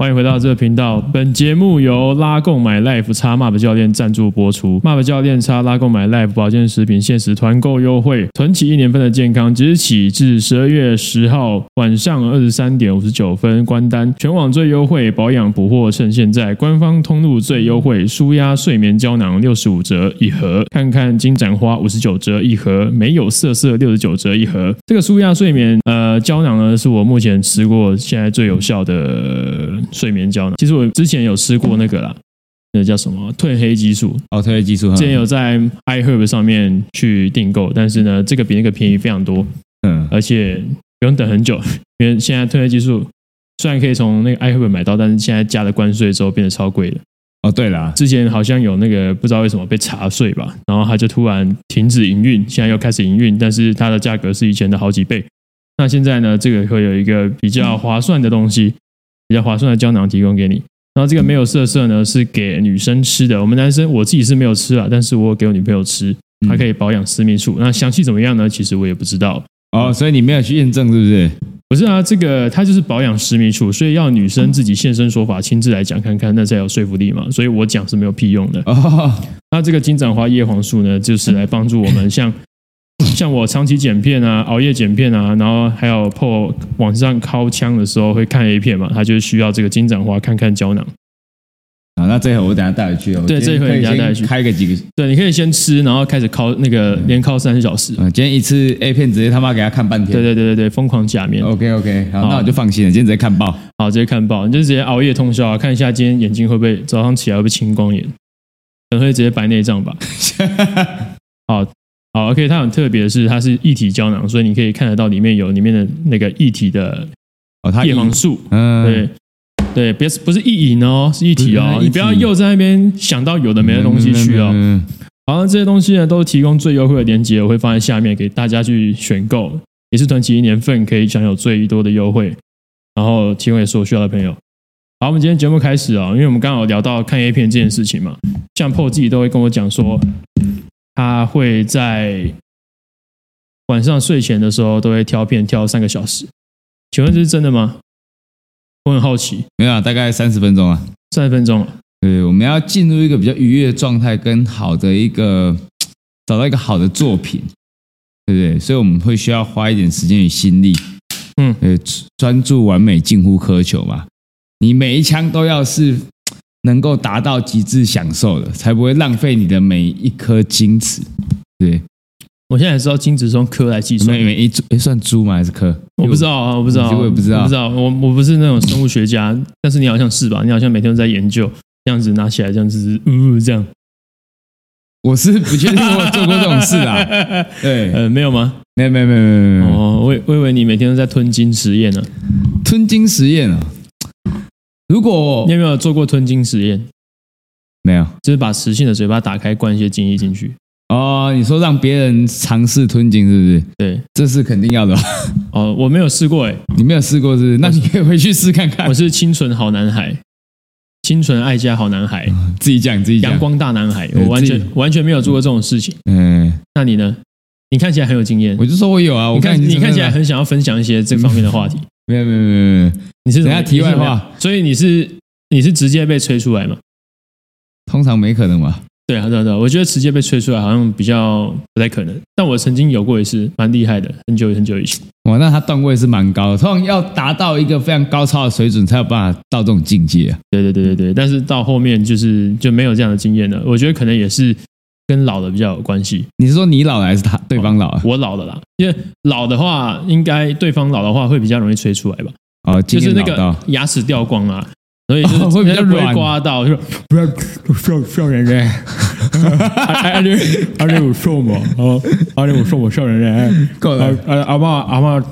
欢迎回到这个频道。本节目由拉贡买 Life 叉 MAP 教练赞助播出。MAP 教练叉拉贡买 Life 保健食品限时团购优惠，囤起一年份的健康，即日起至十二月十号晚上二十三点五十九分关单。全网最优惠保养补货，趁现在！官方通路最优惠，舒压睡眠胶囊六十五折一盒，看看金盏花五十九折一盒，没有色色六十九折一盒。这个舒压睡眠呃胶囊呢，是我目前吃过现在最有效的呃睡眠胶囊。其实我之前有吃过那个啦，那个叫什么褪黑激素，哦，褪黑激素，之前有在 iHerb 上面去订购，但是呢，这个比那个便宜非常多，嗯，而且不用等很久，因为现在褪黑激素虽然可以从那个 iHerb 买到，但是现在加了关税之后变得超贵了。哦，对啦，之前好像有那个不知道为什么被查税吧，然后它就突然停止营运，现在又开始营运，但是它的价格是以前的好几倍。那现在呢，这个会有一个比较划算的东西，比较划算的胶囊提供给你。然后这个没有色色呢，是给女生吃的。我们男生我自己是没有吃啊，但是我有给我女朋友吃，它可以保养私密处。那详细怎么样呢？其实我也不知道。哦，所以你没有去验证，是不是？不是啊，这个它就是保养私密处，所以要女生自己现身说法，亲自来讲看看，那才有说服力嘛。所以我讲是没有屁用的。哦，那这个金盏花叶黄素呢，就是来帮助我们像像我长期剪片啊、熬夜剪片啊，然后还有破晚上敲枪的时候会看 A 片嘛，它就需要这个金盏花看看胶囊。好，那这一回我等下带回去哦。对我今天这一回可以你等下带回去先开个几个，对，你可以先吃，然后开始敲那个连敲三小时。嗯，今天一次 A 片直接他妈给他看半天。对对对对对，疯狂假面， OK OK，好，好那我就放心了，今天直接看爆。好，直接看爆，你就直接熬夜通宵啊，看一下今天眼睛会不会早上起来会不会青光眼，可能会直接白内障吧。好好，OK，它很特别的是，它是一体胶囊，所以你可以看得到里面有里面的那个一体的哦，他叶黄素，嗯，对对，别不是意淫哦，是一体哦不，是一体你不要又在那边想到有的没的东西去哦。嗯，好，那这些东西呢，都提供最优惠的链接，我会放在下面给大家去选购，也是囤积一年份可以享有最多的优惠，然后提供给所有需要的朋友。好，我们今天节目开始啊、因为我们刚好聊到看 A 片这件事情嘛，像 PO 自己都会跟我讲说，他会在晚上睡前的时候都会挑片挑三个小时，请问这是真的吗？我很好奇，没有啊，大概三十分钟啊。三十分钟了，对，我们要进入一个比较愉悦的状态，跟好的一个找到一个好的作品，对不对？所以我们会需要花一点时间与心力，嗯呃，专注完美，近乎苛求嘛。你每一枪都要是能够达到极致享受的，才不会浪费你的每一颗精子。对，我现在才知道精子是用颗来计有算没有，每一诶算猪吗？还是颗？我不知道啊，我不知道啊，我也不知道我不知道，我我不是那种生物学家，但是你好像是吧？你好像每天都在研究，这样子拿起来，这样子，呜、这样。我是不确定我有做过这种事啊。嗯 对，呃，没有吗？没有没有没有没有没有。哦，我以我以为你每天都在吞金实验呢、吞金实验啊，如果你有没有做过吞金实验？没有。就是把雌性的嘴巴打开，灌一些精液进去。哦，你说让别人尝试吞金是不是？对，这是肯定要的吧，哦，我没有试过诶、你没有试过是不是？那你可以回去试看看我。是清纯好男孩，清纯爱家好男孩，自己讲自己阳讲。光大男孩，呃我完嗯自全完全没有做过这种事情。嗯，那你呢？你看起来很有经验，我就说我有啊，我你看看你看起来真的很想要分享一些这方面的话题。没有没有没有没有，你是怎么嗯等下题你外话，是怎么样所以你是你是直接被吹出来嘛？通常没可能吧？对啊，对啊，对啊，我觉得直接被吹出来好像比较不太可能。但我曾经有过一次，蛮厉害的，很久很久以前。哇，那他段位是蛮高的，通常要达到一个非常高超的水准，才有办法到这种境界啊。对对对对对，但是到后面就是就没有这样的经验了。我觉得可能也是跟老了比较有关系。你是说你老了还是他对方老啊？我老了啦，因为老的话，应该对方老的话会比较容易吹出来吧，哦，今就是天那老到个牙齿掉光啊。所以就是哦会比人较家不软会刮到， 就是不要笑笑人人，二二零二零五瘦嘛，哦，二零五瘦我瘦人人，够了。呃，阿妈阿妈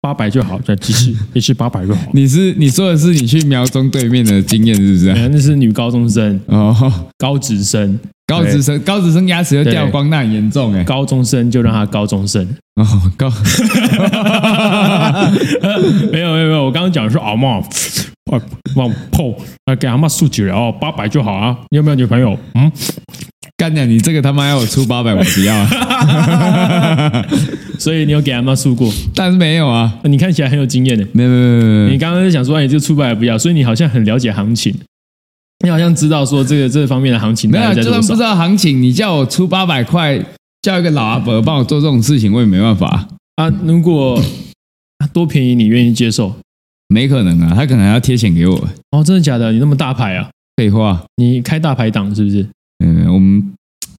八百就好，再继续继续八百就好。你是你说的是你去瞄中对面的经验是不是啊？哎那是女高中生、哦，高职生、高职生高职生牙齿又掉光，那很严重哎、高中生就让她高中生。哦，高， 没有没有没有，我刚刚讲的是阿妈，啊往碰啊，给阿妈数几了哦，八百就好啊。你有没有女朋友？嗯，干娘，你这个他妈要我出八百，我不要啊！所以你有给阿妈输过，但是没有啊，你看起来很有经验呢。没有没有没有没有你，刚刚在讲说，哎，你这个出版也不要，所以你好像很了解行情，你好像知道说这个这方面的行情没大有啊，概在就多算不少知。道行情，你叫我出八百块，叫一个老阿伯帮我做这种事情，我也没办法啊，啊，如果啊多便宜你愿意接受？没可能啊，他可能还要贴钱给我。哦，真的假的？你那么大牌啊？废话，你开大排档是不是？嗯，我们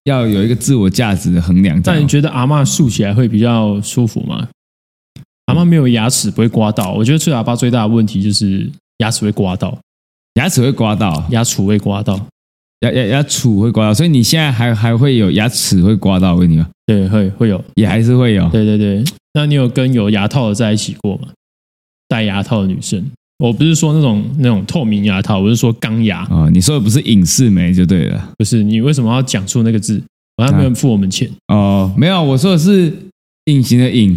要有一个自我价值的衡量。哦那你知道吗觉得阿嬷竖起来会比较舒服吗？阿嬷没有牙齿不会刮到，我觉得吹喇叭最大的问题就是牙齿会刮到，牙齿会刮到，牙齿会刮到，牙牙牙齿会刮到，所以你现在还还会有牙齿会刮到，我跟你讲，对，会会有，也还是会有。对对对。那你有跟有牙套的在一起过吗？戴牙套的女生，我不是说那种那种透明牙套，我是说钢牙，哦，你说的不是隐适美就对了。不是你为什么要讲出那个字？好像没有人付我们钱，哦，没有，我说的是隐形的隐，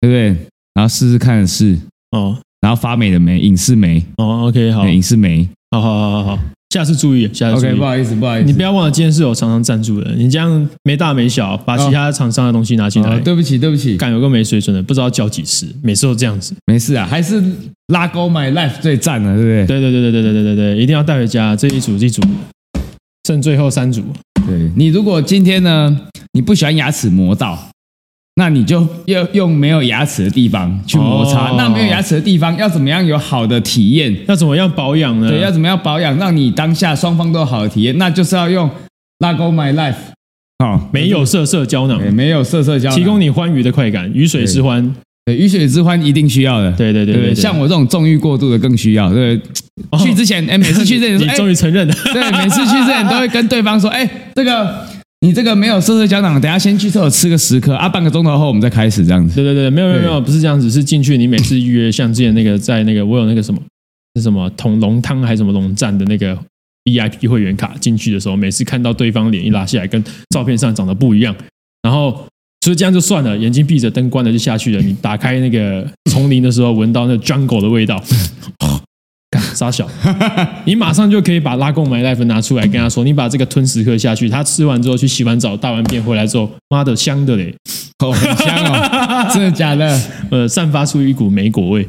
对不对？然后试试看的试，哦然后发霉的霉，隐适霉，哦，OK，好，对隐适霉。好好好好好，下次注意，下次注意。哎 OK，不好意思，不好意思，你不要忘了，今天是有厂商赞助的，你这样没大没小，把其他厂商的东西拿进来哦，，对不起，对不起，敢、有个没水准的，不知道交几次，每次都这样子。没事啊，还是拉钩 my life 最赞了，对不对？对对对对对对对对，一定要带回家，这一组一组，剩最后三组。对，你如果今天呢，你不喜欢牙齿磨到。那你就要用没有牙齿的地方去摩擦。哦那没有牙齿的地方要怎么样有好的体验？要怎么样保养呢？对，要怎么样保养，让你当下双方都有好的体验？那就是要用拉钩 my life，哦，没有色色胶囊，对，没有色色胶囊，提供你欢愉的快感，鱼水之欢。对鱼水之欢一定需要的。对对对对对，像我这种纵欲过度的更需要。对，哦去之前，哎，每次去之 前你说，终哎，于承认了，对，每次去之前都会跟对方说，哎，这个你这个没有色色胶囊，等一下先去厕所吃个十颗啊，半个钟头后我们再开始这 样子。对对对，没有没有对没有，不是这样子，是进去你每次预约，像之前那个在那个我有那个什么是什么同龙汤还是什么龙站的那个 VIP 会员卡，进去的时候，每次看到对方脸一拉下来，跟照片上长得不一样，然后。所以这样就算了，眼睛闭着，灯关了就下去了。你打开那个丛林的时候，闻到那 jungle 的味道， 干傻小，你马上就可以把拉贡买奶粉拿出来，跟他说，你把这个吞十颗下去，他吃完之后去洗完澡、大完便回来之后，妈的香的嘞，哦，很香哦， 真的假的？呃，散发出一股莓果味。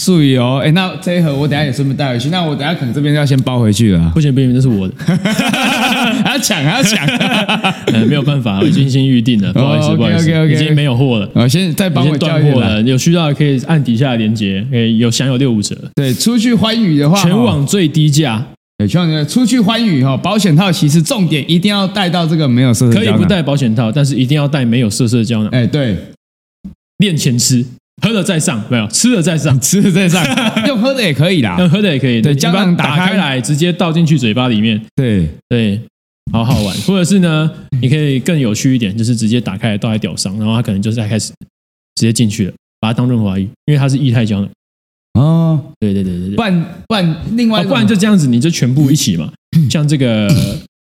素语哦，哎，那这一盒我等一下也顺便带回去，那我等一下可能这边要先包回去了啊。不行不行，这是 我的， 还要抢，还要抢！ 呃，没有办法，我已经先预定了，不好意思，哦不好意思 OK，OK，OK 已经没有货了，我哦先再已帮我经叫断一货来。了。有需要的可以按底下的链接，诶，有享有六五折，对，出去欢愉的话，全哦网最低价，对，希望你们出去欢愉哈、哦，保险套其实重点一定要带到这个没有色色可以胶囊不，带保险套，但是一定要带没有色色胶囊，哎，对，练前吃，喝了再上，没有吃了再上， 吃的在上， 用喝的也可以啦那。喝的也可以，对你胶把它囊打打开开来，直接倒进去嘴巴里面，对，对。好好玩，或者是呢，你可以更有趣一点，就是直接打开来倒在屌上，然后它可能就是在开始直接进去了，把它当润滑液，因为它是液态胶囊。哦，对对对对对，不然不然，嗯另外哦，一种、不然就这样子，你就全部一起嘛。像这个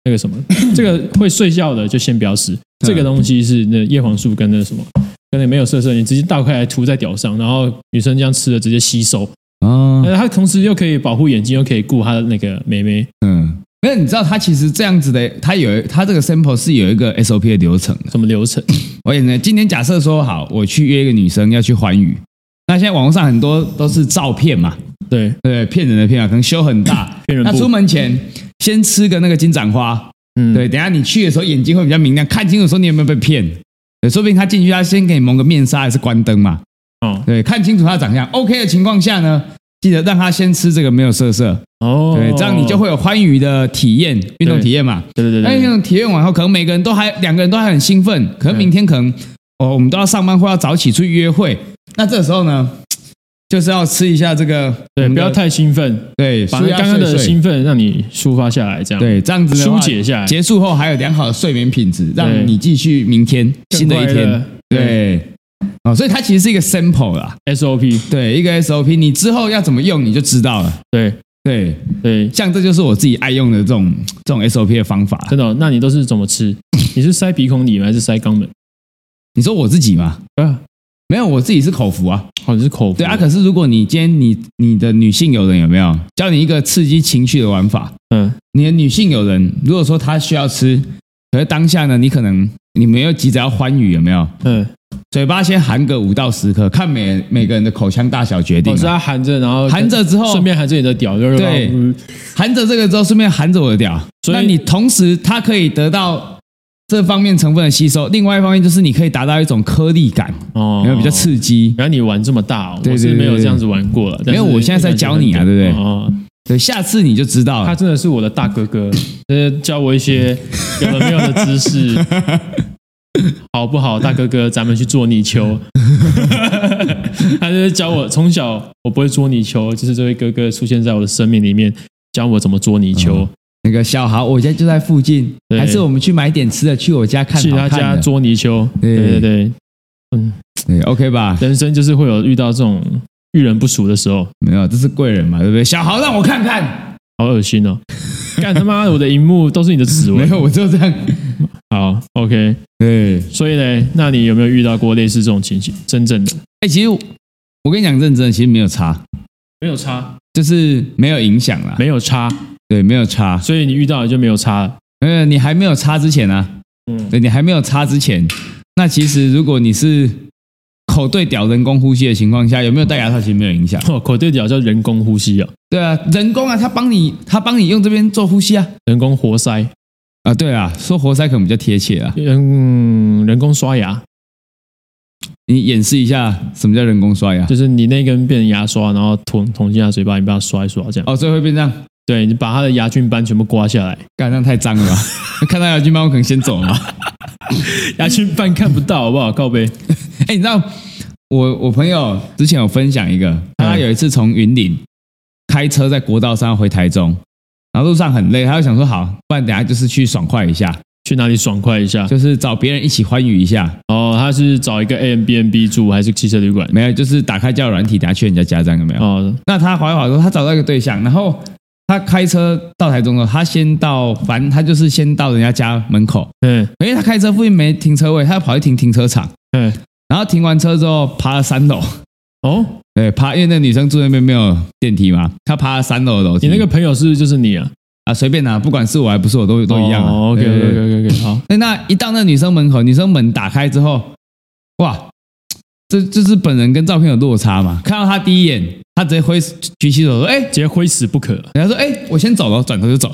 那个什么，这个会睡觉的就先不要嗯吃。这个东西是那叶黄素跟那什么，跟那没有色色，你直接倒开来涂在屌上，然后女生这样吃了直接吸收。哦，那它同时又可以保护眼睛，又可以顾她的那个妹妹。嗯，那你知道它其实这样子的，它有它这个 sample 是有一个 SOP 的流程的。什么流程？我也呢，今天假设说好，我去约一个女生要去欢愉，那现在网络上很多都是照片嘛，对，对，骗人的骗啊，可能修很大，骗人那不出门前先吃个那个金盏花，嗯，对，等一下你去的时候眼睛会比较明亮，看清楚说你有没有被骗。对，说不定他进去，他先给你蒙个面纱，还是关灯嘛？哦对，看清楚他的长相，OK 的情况下呢，记得让他先吃这个没有色色，哦，对，这样你就会有欢愉的体验，运动体验嘛。对对那对运对，动体验完后，可能每个人都还两个人都还很兴奋，可能明天可能哦，我们都要上班或要早起去约会，那这时候呢，就是要吃一下这个，对，我们不的要太兴奋，对，把舒压刚刚的睡睡兴奋让你抒发下来，这样对，这样子的疏话解下来。结束后还有良好的睡眠品质，让嗯对你继续明天更新的一快乐天。对，哦，所以它其实是一个 sample 啦， SOP，对，一个 SOP，你之后要怎么用你就知道了。对对，对，像这就是我自己爱用的这种这种 SOP 的方法。真的哦、那你都是怎么吃？你是塞鼻孔里吗？还是塞肛门？你说我自己吗？啊，没有，我自己是口服啊。哦，你是口服对啊，可是如果你今天你你的女性友人有没有教你一个刺激情绪的玩法？嗯，你的女性友人如果说她需要吃，可是当下呢，你可能你没有急着要欢愉，有没有？嗯，嘴巴先含个五到十颗，看每每个人的口腔大小决定我啊、哦是他含着，然后含着之后顺便含着你的屌，就是对嗯含着这个之后，顺便含着我的屌。所以那你同时它可以得到这方面成分的吸收，另外一方面就是你可以达到一种颗粒感，哦，然后比较。刺激。原来你玩这么大、哦，对我是对对没有这样子玩过了。但是没有我现在在教你啊对不对哦，对，下次你就知道他了。真的是我的大哥哥， 呃，教我一些有的没有的知识， 好不好？大哥哥，咱们去捉泥鳅。 他就是教我，从小我不会捉泥鳅，就是这位哥哥出现在我的生命里面，教我怎么捉泥鳅，那个小豪，我家就在附近，对还是我们去买点吃的，去我家看去他好看家的捉泥鳅。对对对对，对，OK 吧？人生就是会有遇到这种遇人不淑的时候，没有，这是贵人嘛，对不对？小豪，让我看看。好恶心 哦！干他妈的，我的荧幕都是你的指没纹。有，我就这样。好，OK。对，所以嘞，那你有没有遇到过类似这种情形？真正的哎、其实我我跟你讲，认真的，其实没有差，没有差，就是没有影响啦。没有差，对，没有差。所以你遇到了就没有差了。呃，你还没有擦之前呢、啊，嗯，对你还没有擦之前，那其实如果你是口对屌人工呼吸的情况下，有没有戴牙套其实没有影响。哦，口对角叫人工呼吸啊，对啊，人工啊，他帮你，他帮你用这边做呼吸啊。人工活塞，啊，对啊，说活塞可能比较贴切啊。嗯人人工刷牙，你演示一下什么叫人工刷牙？就是你那根变成牙刷，然后捅捅进他嘴巴，你把它刷一刷，这样。哦，最后会变这样，对，你把他的牙菌斑全部刮下来， 干，这样太脏了 吧？看到牙菌斑，我可能先走了吧。牙菌斑看不到，好不好？靠背。哎、你知道我我朋友之前有分享一个，嗯他有一次从云林开车在国道上回台中，然后路上很累，他就想说好，不然等下就是去爽快一下，去哪里爽快一下？就是找别人一起欢愉一下，哦，他是找一个 A M B N B 住还是汽车旅馆？没有就是打开交友软体，等下去人家家这样有没有？哦，那他滑一滑说他找到一个对象，然后他开车到台中了，他先到反正他就是先到人家家门口，嗯因为他开车附近没停车位，他跑去停停车场，嗯，然后停完车之后爬了三楼。哦，对，爬，因为那女生住那边没有电梯嘛，她爬了三楼的楼梯。你那个朋友是不是就是你啊？啊，随便拿、不管是我还不是我都都一样、啊。哦，OK 对 OK 对 OK 对 OK，好，那那一到那女生门口，女生门打开之后，哇，这这是本人跟照片有落差嘛？看到她第一眼，她直接挥举起手说：“哎、直接挥死不可，人家说：“哎、我先走了。”转头就走。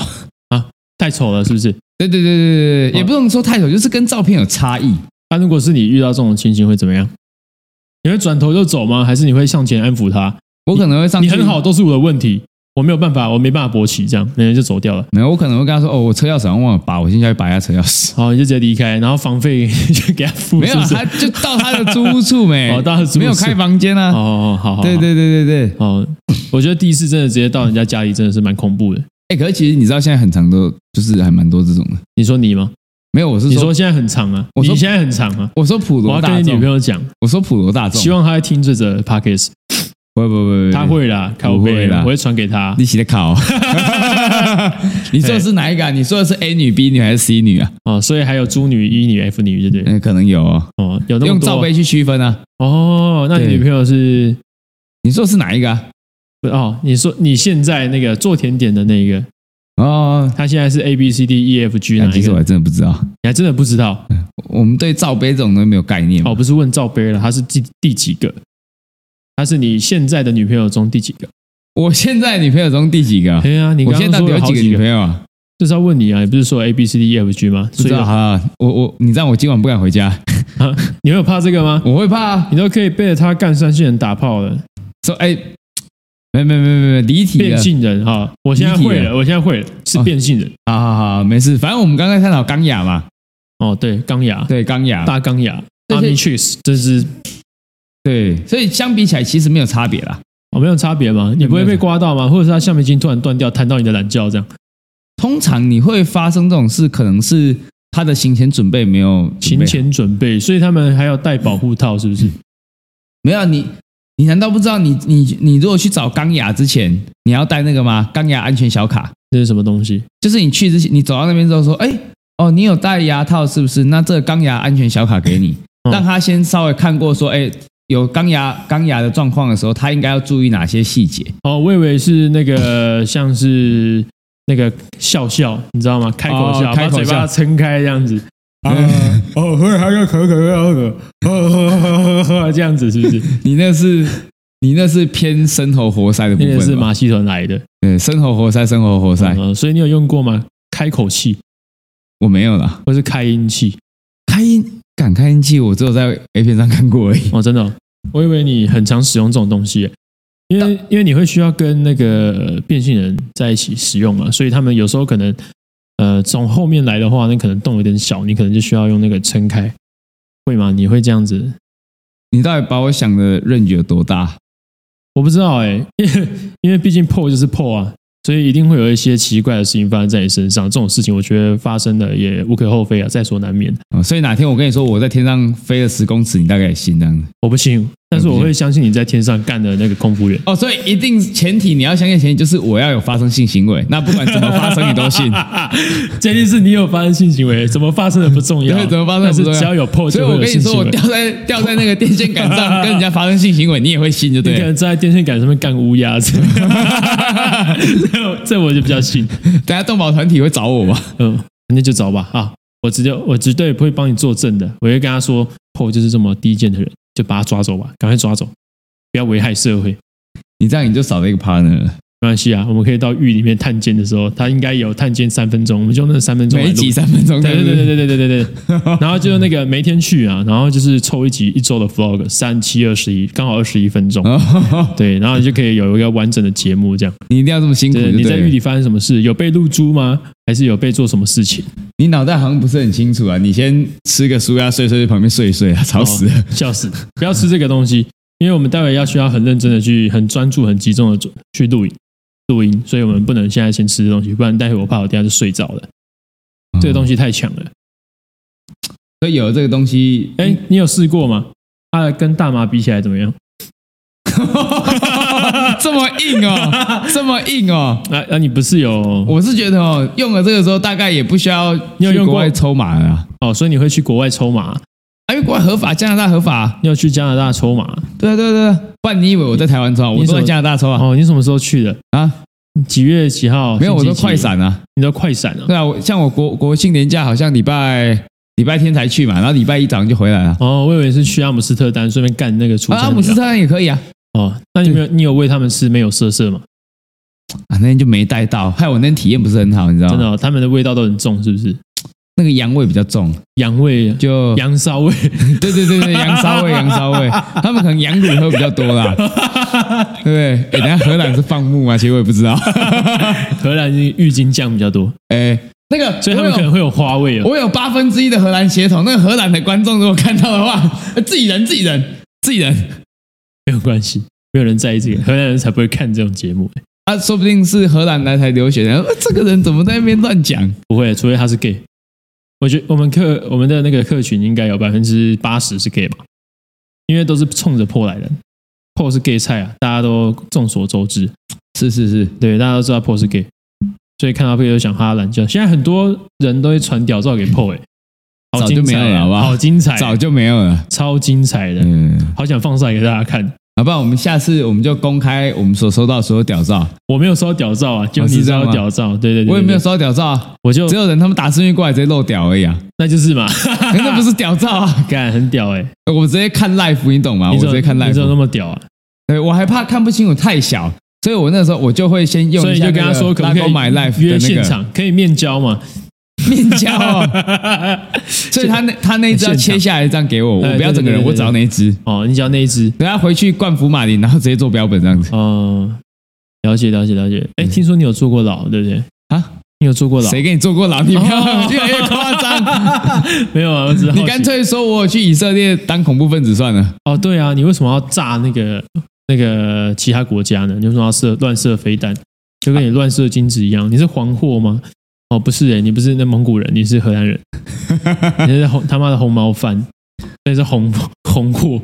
太丑了，是不是？对对对哦对对对，也不能说太丑，就是跟照片有差异。那、如果是你遇到这种情形会怎么样？你会转头就走吗？还是你会向前安抚他？我可能会上去，你很好，，都是我的问题，我没有办法，我没办法勃起，这样人家就走掉了。没有，我可能会跟她说：“哦，我车钥匙好像忘了拔，我现在去拔一下车钥匙。哦好，你就直接离开，然后房费 就给他”付，没有啊，是不她是就到她的租屋处没， 哦到她的租屋处没有开房间啊。哦哦，好好好，对对对对对，哦，我觉得第一次真的直接到人家家里真的是蛮恐怖的。哎、可是其实你知道现在很常都就是还蛮多这种的，你说你吗？没有，我是你说现在很长啊，我说你现在很长啊。我说普我罗要大跟你女众朋，友讲，我说普罗大众，希望她会听这则 podcast，不会不会不，她会啦，靠不背会啦我会传给她你。起 的考，你说的是哪一个、啊？你说的是 A 女、B 女还是 C 女啊？哦，所以还有猪女、一女、F 女，对不对？嗯，可能有哦，哦，有那么用多罩杯去区分啊。哦。那你对女朋友是你说的是哪一个、啊？不哦？你说你现在那个做甜点的那一个，哦，她现在是 A B C D E F G 哪那一其实我个？还真的不知道，你还真的不知道嗯我们对罩杯这种东西没有概念。哦？不是问罩杯了，她是第第几个？她是你现在的女朋友中第几个？我现在女朋友中第几个啊？对啊，你我刚现在刚到说底有好几个女朋友？友啊？就是要问你啊，你不是说 A B C D E F G 吗？不所知以道啊，我我你让我今晚不敢回家，啊，你会有怕这个吗？我会怕、啊。你都可以背着她干三线人打炮了，说哎，没没没没没离题变了，性人哈、我现在离题会了了，我现在会了，是哦变性人好好好，没事，反正我们刚才探讨钢牙嘛，哦。对，钢牙，对钢牙，大钢牙对阿所以米 cheese，这是对，所以相比起来其实没有差别啦。哦，没有差别吗？你不会被刮到吗？或者是他橡皮筋突然断掉，弹到你的懒觉这样？通常你会发生这种事，可能是他的行前准备没有准勤备前准备，所以他们还要戴保护套，是不是？没有啊你，你难道不知道你你你如果去找钢牙之前，你要带那个吗？钢牙安全小卡，这是什么东西？就是你去之前，你走到那边之后说，哎。哦，你有戴牙套是不是？那这个钢牙安全小卡给你，嗯让他先稍微看过，说，哎，有钢牙钢牙的状况的时候，他应该要注意哪些细节？哦，我以为是那个像是那个笑笑，你知道吗？开口哦笑，开把口嘴巴笑撑开这样子。啊哦，喝还要可口可乐，喝这样子是不是？你那是你那是偏生喉活塞的部那个分是吧？马戏团来的，对，生喉活塞，生喉活塞，嗯，所以你有用过吗？开口器我没有啦。或是开音器？开音敢开音器，我只有在 A 片上看过而已。哦，真的哦、我以为你很常使用这种东西耶，因为因为你会需要跟那个呃变性人在一起使用嘛，所以他们有时候可能呃从后面来的话，那可能洞有点小，你可能就需要用那个撑开，会吗？你会这样子？你到底把我想的任有多大？我不知道哎、因为 因为毕竟破就是 p 啊，所以一定会有一些奇怪的事情发生在你身上。这种事情我觉得发生的也无可厚非啊，在所难免。哦所以哪天我跟你说我在天上飞了十公尺，你大概也信这样子。我不信，但是我不我信会相信你在天上干的那个空服员。哦，所以一定前提你要相信前提就是我要有发生性行为，那不管怎么发生你都 信。前提是你有发生性行为，怎么发生的不重要，对，怎么发生但不是重要只要有破所以就会我有跟性你说，行我为。掉在掉在那个电线杆上跟人家发生性行为，你也会信就你对可了。能在电线杆上面干乌 鸦子，这这我就比较信。等下动保团体会找我吧？嗯，那就找吧啊！我直接我绝对不会帮你作证的，我会跟他说，破就是这么低贱的人，就把他抓走吧，赶快抓走，不要危害社会。你这样你就少了一个 partner 了。没关系啊，我们可以到狱里面探监的时候，他应该有探监三分钟，我们就用那三分钟来每一录集。三分钟，对对对对对对对对对， 对。然后就那个每天去啊，然后就是抽一集一周的 vlog，三七二十一，刚好二十一分钟，哦，对，然后你就可以有一个完整的节目这样。你一定要这么辛苦对，就你对在了狱里发生什么事？有被露珠吗？还是有被做什么事 情？你脑袋好像不是很清楚啊，你先吃个舒压睡睡，旁边睡一睡啊，吵死了。笑死！不要吃这个东西，因为我们待会要需要很认真的去、很专注、很集中的去录影、录音，所以我们不能现在先吃这东西，不然待会我怕我等一下就睡着了。嗯这个东西，西太强了。所以有了这个东西，哎、你有试过吗？它、跟大麻比起来怎么样？这么硬哦，这么硬哦。啊啊，你不是有我是觉得哦，用了这个之后，大概也不需要你有去用国过外抽麻了啊，哦，所以你会去国外抽麻，啊因为国外合法，加拿大合法。你有去加拿大抽麻？对啊对啊对啊，不然你以为我在台湾抽啊？你我都在什么加拿大抽啊哦，你什么时候去的？啊，几月几号？没有，我星都期几快，闪啊。你都快闪了、对啊，我像我国国庆年假，好像礼拜礼拜天才去嘛，然后礼拜一早上就回来了。哦，我以为是去阿姆斯特丹，顺便干那个出啊，阿姆斯特丹也可以啊。哦，那你没有你有喂他们吃没有色色吗？啊，那天就没带到，害我那天体验不是很好，你知道吗？真的、哦，他们的味道都很重，是不是？那个羊味比较重，羊味、就羊骚味， 对对 对对，羊骚味，羊骚味，他们可能羊乳喝比较多啦，对不对？哎，等一下荷兰是放牧吗？其实我也不知道。 荷兰郁金酱比较多，哎，那个，所以他们我可有能会有花味哦。我有八分之一的荷兰血统，那个荷兰的观众如果看到的话，呃自己人自己人自己人没有关系，没有人在意这个，荷兰人才不会看这种节目。啊，说不定是荷兰来台留学的，呃这个人怎么在那边乱讲？不会，除非他是 gay。我觉得我们客我们的那个客群应该有百分之八十是 gay 吧，因为都是冲着破来的。破是 gay 菜啊，大家都众所周知，是是是，对，大家都知道破是 gay，所以看到 p 就想哈懒觉。现在很多人都会传屌照给破哎、好早精就没彩啊、有了好不好好精彩啊、早就没有了。超精彩的，嗯，好想放上来给大家看。好吧，我们下次我们就公开我们所收到的所有屌照，我没有收到屌照啊，就哦你是这样收到吗屌照，对对对，我也没有对，哦收到屌照啊。我 就只有人他们打视讯过来直接露屌而 已啊，那就是 嘛，可是那不是屌照啊！干很屌哎、我直接看 live，你懂吗？我 你怎直么接看你怎么那 live，么屌啊？对我还怕看不清楚太小，所以我那时候我就会先用所以一你就下那个跟他说可不 Lago 可以 My Life 约的那现个场，可以面交 嘛？面交哦，所以他那他那一只要现场切下来一张给我，哎我不要整个对对人，对对我只要那一只。哦，你只要那一只，等下回去灌福马林，然后直接做标本这样子哦，了解了解了解。哎，听说你有做过牢，对不对？嗯啊？你有做过牢？谁给你做过牢？你不哦要越来越夸张， 没有啊，我只是好奇你干脆说我有去以色列当恐怖分子算了。哦，对啊，你为什么要炸那个那个其他国家呢？你为什么要射乱射飞弹？就跟你乱射金子一样，你是黄祸吗？哦，不是诶、你不是那蒙古人，你是荷兰人， 你是红他妈的红毛番，那是红红祸，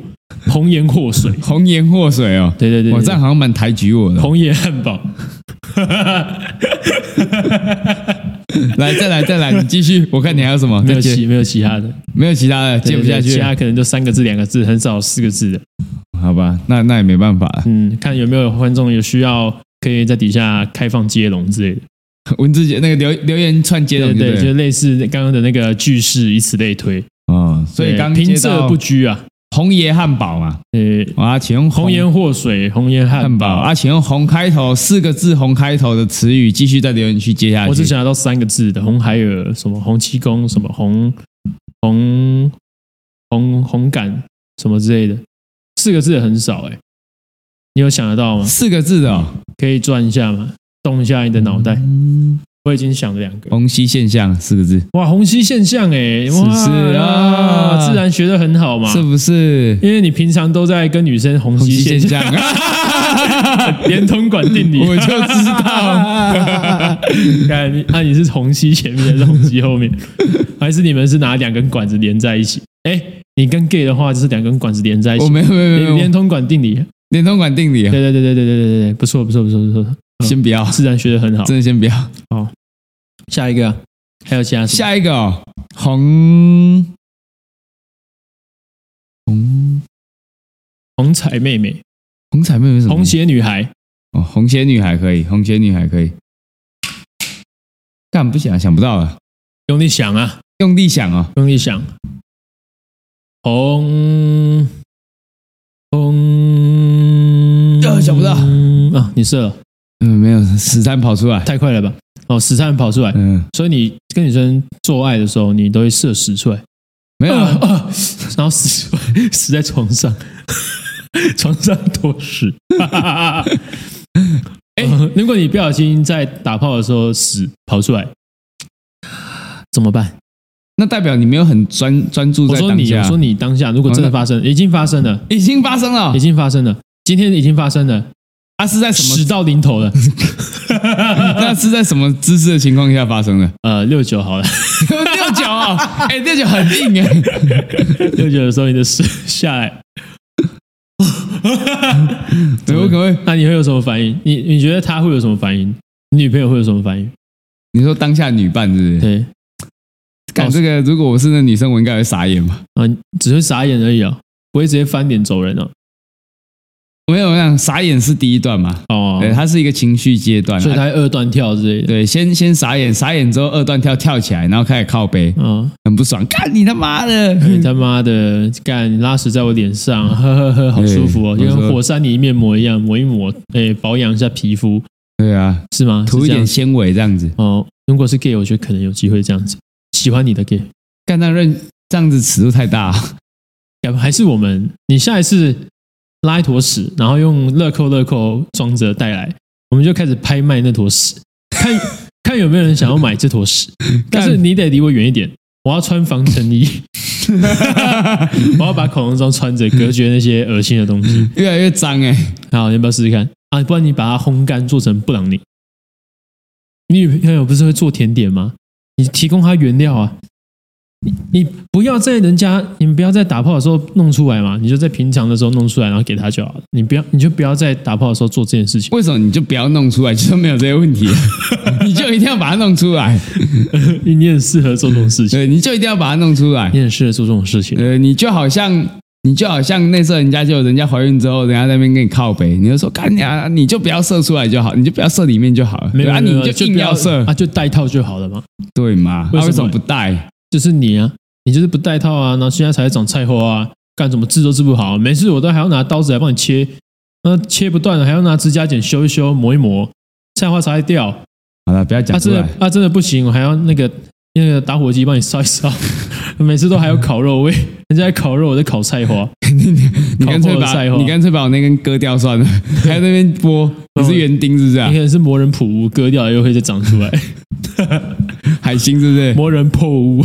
红颜祸水。红颜祸水哦，对对对我对这样好像蛮抬举我的。红颜汉 堡，来，再来，再来，你继续，我看你还有什么？没有再接其没有其他的，没有其他的，接不对下对对去其了。他可能就三个字、两个字，很少有四个字的。好吧，那那也没办法了。嗯，看有没有观众有需要，可以在底下开放接龙之类的。文字节那个留留言串接对龙，对，对就类似刚刚的那个句式，以此类推。哦，所以对刚平接仄到不拘啊，红爷汉堡嘛，呃，啊，请用红颜祸水，红颜汉汉堡堡。啊，请用红开头四个字红开头的词语继续在留言区接下去。我只想到三个字的红海尔，什么红七公，什么红红红红感，什么之类的，四个字的很少哎、你有想得到吗？四个字的、哦，可以转一下吗？动一下你的嗯脑袋。嗯，我已经想了两个。虹吸现象四个字，哇，虹吸现象哎、是哇不是啊自然学的很好嘛，是不是？因为你平常都在跟女生虹虹吸吸现现象，象， 连通管定理。我就知道。看你，啊，你是虹吸前面还是虹吸后面？还是你们是拿两根管子连在一起？哎，你跟 gay 的话就是两根管子连在一我起，没有没有没有连没有连通管定理。联通管定理对啊，对对对对对对对，不错不错不错不错，先不要，自然学的很好。真的先不要。下一个啊，还有其他什么？下一个哦，红红红彩妹妹、红彩妹妹是什么？红鞋女孩，哦，红鞋女孩可以，红鞋女孩可以。干不想想不到了，用力想啊，用力想哦，用力想。红红，啊想不到啊！你射了，嗯，没有，十三跑出来，太快了吧？哦，实战跑出来。嗯，所以你跟女生做爱的时候，你都会射屎出来，没有 啊，哦然后屎出来 屎在床上，床上多屎。 哎、嗯如果你不小心在打炮的时候屎跑出来，怎么办？那代表你没有很专专注我在说当你，啊下嗯我，说你当下，如果真的发生，已经发生了，已经发生了已，经发生了，今天已经发生了，它是在啊什么屎？到临头 了。那是在什么姿势的情况下发 生的？呃，六九好了，六九啊， 哎，六九很 硬哎，六九的时候你的屎 下来，对我可能会，那你会有什么反应？你你觉得他会有什么反应？你女朋友会有什么反应？你说当下女伴是不是？对，干这个，如果我是那女生，我应该会傻眼吧？啊，你只会傻眼而已啊，不会直接翻脸走人啊。没有，我想傻眼是第一段嘛，哦，对，它是一个情绪阶段，啊所以他会二段跳之类的。对，先先傻眼，傻眼之后二段跳跳起来，然后开始靠背，啊，很不爽，干你他妈的！你哎他妈的干你拉屎在我脸 上，呵呵呵，好舒服哦，就对跟火山泥面膜一样抹一抹，哎，保养一下皮肤对啊，是吗？涂一是这样点纤维这样子，哦。如果是 gay，我觉得可能有机会这样子。喜欢你的 gay，干那认这样子尺度太大， 要不还是我们？你下一次拉一坨屎，然后用乐扣乐扣装着带来，我们就开始拍卖那坨屎， 看看有没有人想要买这坨屎。但是你得离我远一点，我要穿防尘衣，我要把口红装穿着，隔绝那些恶心的东西。越来越脏哎、好，你要不要试试看啊？不然你把它烘干做成布朗尼。你女朋友不是会做甜点吗？你提供她原料啊。你你不要在人家，你们不要在打炮的时候弄出来嘛，你就在平常的时候弄出来，然后给她就好了。你不要，你就不要在打炮的时候做这件事情。为什么你就不要弄出来？就说没有这些问题， 你就一定要把它弄出来， 你你很适合做这种事情，对，你就一定要把它弄出来 你。很适合做这种事情。呃，你就好像你就好像那时候人家就人家怀孕之后，人家在那边跟你靠北，你就说干你啊，你就不要射出来就好，你就不要射里面就好了，没有对啊，没有你就就硬不要射，啊，就戴套就好了嘛。对嘛？为什么他为什么不戴？就是你啊，你就是不戴套啊，然后现在才长菜花啊，干什么治都治不好，啊每次我都还要拿刀子来帮你切，那切不断了还要拿指甲剪修一修磨一磨，菜花才会掉。好了，不要啊，讲出真的来。啊，真的不行，我还要那个那个打火机帮你烧一烧， 每次都还有烤肉味，人家在烤肉，我在烤菜花，啊你干脆烤过的啊把菜花你干脆把我那根割 掉算了，还在那边剥，你是园丁是不是啊你可？能是魔人普乌割掉了又会再长 出来，海星是不是？魔人破 乌，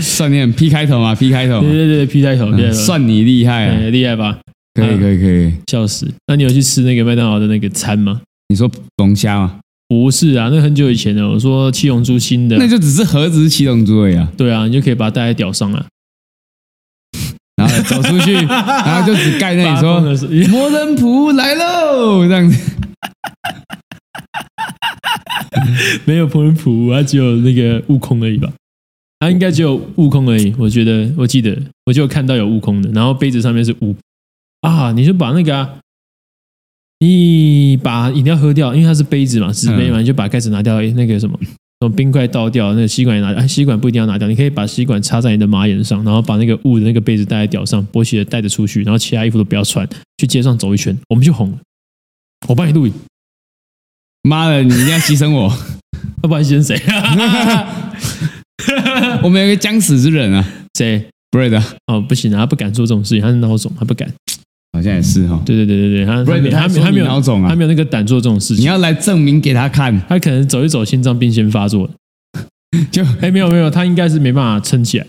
算你很 P 开头嘛，P 开头对嘛，对对，皮带头，皮带嗯头，算你厉害啊！哎厉害吧？可以嗯可以可以，笑死！那你有去吃那个麦当劳的那个餐吗？你说龙虾嘛，不是啊，那很久以前的。我说七龙珠新的，啊那就只是盒子是七龙珠而已啊，对啊，你就可以把它戴在屌上啊。然后走出 去，然后就只盖那里发说疯的时候魔人普来喽，这样子。没有彭文普，啊，只有那个悟空而已吧？它应该只有悟空而已。我觉得，我记得，我就有看到有悟空的，然后杯子上面是悟啊，你就把那个、啊，你把饮料喝掉，因为它是杯子嘛，纸杯嘛，你就把盖子拿掉，诶那个什么。从冰块倒掉，那个吸管也拿掉。哎，吸管不一定要拿掉，你可以把吸管插在你的马眼上，然后把那个雾的那个杯子戴在屌上，勃起的带着出去，然后其他衣服都不要穿，去街上走一圈，我们就红了。我帮你录影，妈的，你一定要牺牲 我！要不然先谁？我们有一个将死之人啊谁？ ，Bread 哦，不行啊，他不敢做这种事情，他是孬种，他不敢。好像也是哈、哦。对对对对对，他不他然没你他没还说他没有你孬种啊他没有那个胆做这种事你情。要来证明给他看，他可能走一走，心脏病先发作了。就哎，没有没有，他应该是没办法撑起来。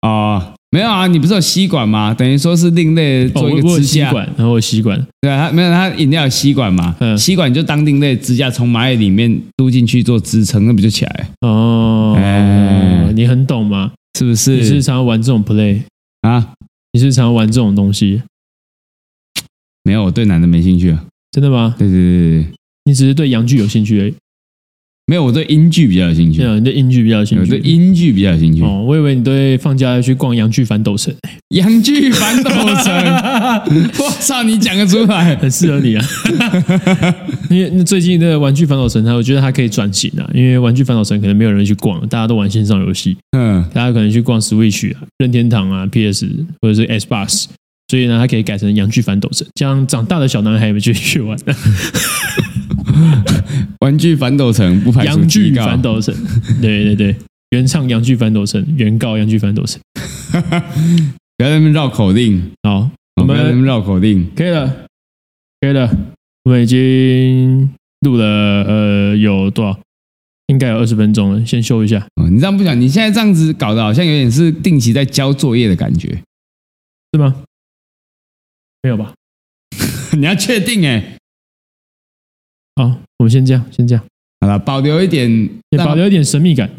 哦、没有啊，你不是有吸管吗？等于说是另类哦，做我一我个有支吸架，管，然后我有吸管，对啊，他没有他饮料有吸管嘛，嗯吸管就当另类支架，从马眼里面嘟进去做支撑，那不就起来了？哦哎，你很懂吗？是不你是？是常玩这种 play，啊，你是常玩这种东西，没有，我对男的没兴趣啊。真的吗？对对对对对，你只是对洋剧有兴趣而已，没有，我对英剧比较有兴趣对，啊，你对英剧比较有兴我趣对。英剧比较有兴趣。哦，我以为你对放假要去逛洋剧反斗 城，洋剧反斗 城，我操，你讲得出来？很适合你啊。因为那最近的玩具反斗城，它我觉得它可以转型啊，因为玩具反斗城可能没有人去逛，大家都玩线上游戏，嗯，大家可能去逛 Switch 啊、任天堂啊、PS 或者是 Xbox。所以呢，它可以改成洋剧反斗城，这样长大的小男孩们就去玩玩具反斗城不排除洋剧提告反斗城。 对对对，原唱洋剧反斗城，原告洋剧反斗城。不要在那边绕口令，好，我我们不要在那们边绕口令。可以了，可以了，我们已经录了呃有多少？应该有二十分钟了，先休一下，哦你这样不讲，你现在这样子搞得好像有点是定期在交作业的感觉。 是吗？没有吧？你要确定哎、好，我们先这样，先这样，好了，保留一点，也保留一点神秘感。